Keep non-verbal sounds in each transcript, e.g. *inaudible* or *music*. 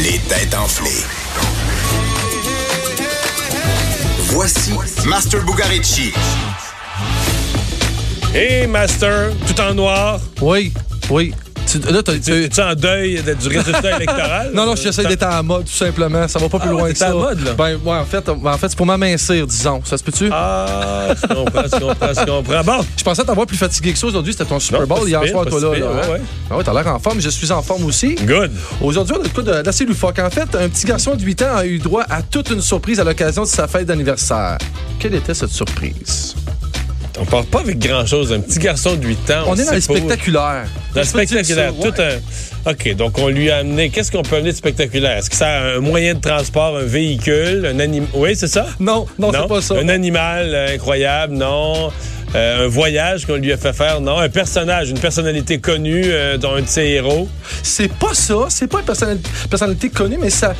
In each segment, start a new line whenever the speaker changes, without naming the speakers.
Les têtes enflées. Voici Master Bugarici.
Hey Master, tout en noir.
Oui, oui. Tu, là, t'as-
Tu
tu-
es en deuil de- du
*laughs*
résultat électoral?
non, non, j'essaie d'être en mode, tout simplement. Ça va pas plus
Ah ouais,
loin
t'es
que ça.
en mode, là.
Ben, ouais, en fait, euh, en fait c'est pour m'amincir, disons. Ça se peut-tu?
Ah, je comprends, je comprends, je comprends. Bon,
Je pensais t'avoir plus fatigué que ça aujourd'hui. C'était ton Super
Non, pas
Bowl
si
hier
pire,
soir,
pas
toi,
si
là.
pire,
là,
ouais,
hein?
ouais.
Ah ouais, t'as l'air en forme. Je suis en forme aussi.
good.
Aujourd'hui, on a le coup de d'assez loufoque. En fait, un petit garçon de 8 ans a eu droit à toute une surprise à l'occasion de sa fête d'anniversaire. Quelle était cette surprise?
On part pas avec grand-chose. Un petit garçon de 8 ans.
On,
sait
est dans le
pas où-
spectaculaire.
Dans le
Je peux te dire
spectaculaire.
ça, ouais.
Tout un... OK, donc on lui a amené... Qu'est-ce qu'on peut amener de spectaculaire? Est-ce que ça a un moyen de transport, un véhicule, un animal... Oui, c'est ça?
Non, non, c'est pas ça.
Un animal euh, incroyable, non. Euh, un voyage qu'on lui a fait faire, non. Un personnage, une personnalité connue euh, dans un de ses héros.
C'est pas ça, c'est pas une personnali- personnalité connue, mais ça.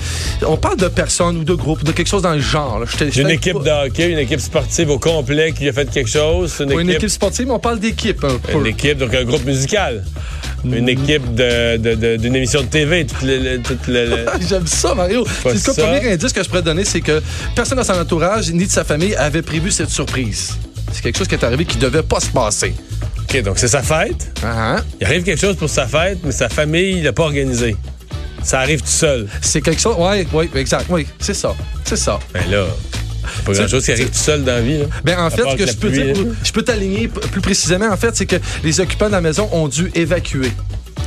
On parle de personnes ou de groupes, de quelque chose dans le genre. là. Je t'ai- je
Une
t'ai-
équipe de hockey, une équipe sportive au complet qui a fait quelque chose. C'est Une,
Ou une
équipe,
équipe sportive, mais on parle d'équipe. un peu.
une
*laughs*
équipe, donc un groupe musical.
Mm.
Une équipe de- de- de- d'une émission de TV. Toute le- le- toute le-
*laughs*
le-
Ah, J'aime ça, Mario.
pas
C'est le
ça.
premier indice que je pourrais te donner, c'est que personne dans son entourage ni de sa famille avait prévu cette surprise. C'est quelque chose qui est arrivé qui devait pas se passer.
OK, donc c'est sa fête.
Ah, hein?
Il arrive quelque chose pour sa fête, mais sa famille l'a pas organisé. Ça arrive tout seul.
C'est quelque chose. Oui, oui, exact. Oui, c'est ça. C'est ça.
Mais Ben là, pas grand-chose qui arrive tout seul dans la vie. là.
Ben, en
À
fait,
part
ce
que
que je
la
peux
pluie,
dire,
hein.
je peux t'aligner p- plus précisément, en fait, c'est que les occupants de la maison ont dû évacuer.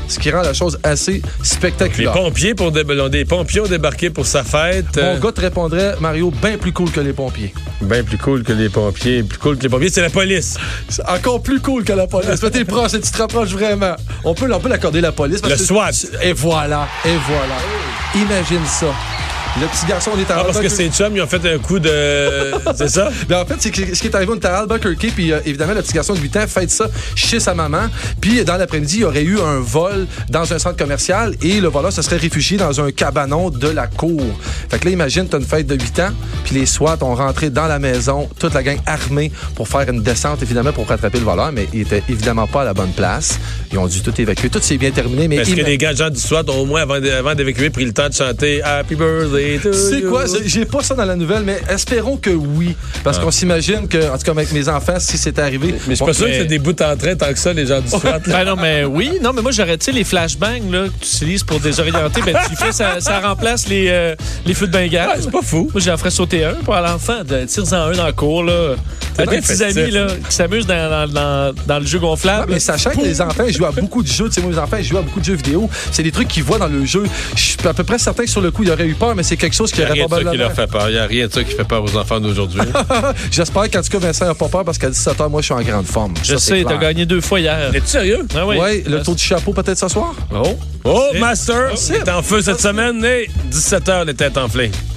Ce qui rend la chose assez
Les
spectaculaire.
pompiers, pour dé- les pompiers ont débarqué pour sa fête. euh,
Mon gars te répondrait, Mario, bien plus cool que les pompiers.
Bien Ben, plus cool que les pompiers. Plus cool que les pompiers, c'est la police.
C'est encore plus cool que la police. Mais t'es proche et tu te rapproches vraiment. On peut, on peut l'accorder la police. parce
Le
que-
SWAT.
Et voilà, et voilà. Imagine ça. Le petit garçon, on est à
Ah, parce que
Albuquerque.
ces chums, ils ont fait un coup
*laughs*
de. c'est ça?
Ben, en fait, c'est que- ce qui est arrivé, on était à Albuquerque, puis euh, évidemment, le petit garçon de 8 ans fête ça chez sa maman. Puis euh, dans l'après-midi, il y aurait eu un vol dans un centre commercial et le voleur se serait réfugié dans un cabanon de la cour. Fait que là, imagine, t'as une fête de 8 ans, puis les SWAT ont rentré dans la maison, toute la gang armée, pour faire une descente, évidemment, pour rattraper le voleur, mais il était évidemment pas à la bonne place. Ils ont dû tout évacuer. Tout s'est bien terminé, mais...
Est-ce que
imagine-
les gars, gens du SWAT ont au moins, avant, de- avant d'évacuer, pris le temps de chanter Happy Birthday to
C'est
you?
quoi? c'est- J'ai pas ça dans la nouvelle, mais espérons que oui. Parce qu'on s'imagine que, en tout cas, avec mes enfants, si c'était arrivé.
Mais je suis
on-
pas sûr que c'est des bouts en train tant que ça, les gens *laughs* du SWAT. là.
Ben non, mais oui. Non, mais moi, j'aurais, tu sais, les flashbangs là, que tu utilises pour désorienter, ben tu fais, ça, ça remplace les, euh, les feux de
Ah,
Bengale.
c'est pas fou.
Moi, j'en ferais sauter un pour l'enfant. de- Tire-en un dans le cours, là. À tes
bien
petits
festif.
amis, là, qui s'amusent dans, dans- dans- dans le jeu gonflable.
Ouais, Ah, mais sachant que les enfants ils jouent à beaucoup de jeux, tu sais, moi, mes enfants ils jouent à beaucoup de jeux vidéo. C'est des trucs qu'ils voient dans le jeu. Je suis à peu près certain que sur le coup, ils auraient eu peur, mais c'est quelque chose qui
Il a
aurait
rien de ça qui
probablement.
leur fait peur. Il n'y a rien de ça qui fait peur aux enfants d'aujourd'hui.
*laughs* J'espère qu'en tout cas, Vincent n'a pas peur parce qu'à 17h, moi, je suis en grande forme.
Je
Ça, c'est
sais,
clair.
t'as gagné deux fois hier.
*laughs* Es-tu sérieux?
Ah oui.
Ouais, le tour du chapeau peut-être ce soir?
Oh, oh
C'est-
Master, c'est en feu cette semaine et 17h, les têtes enflées.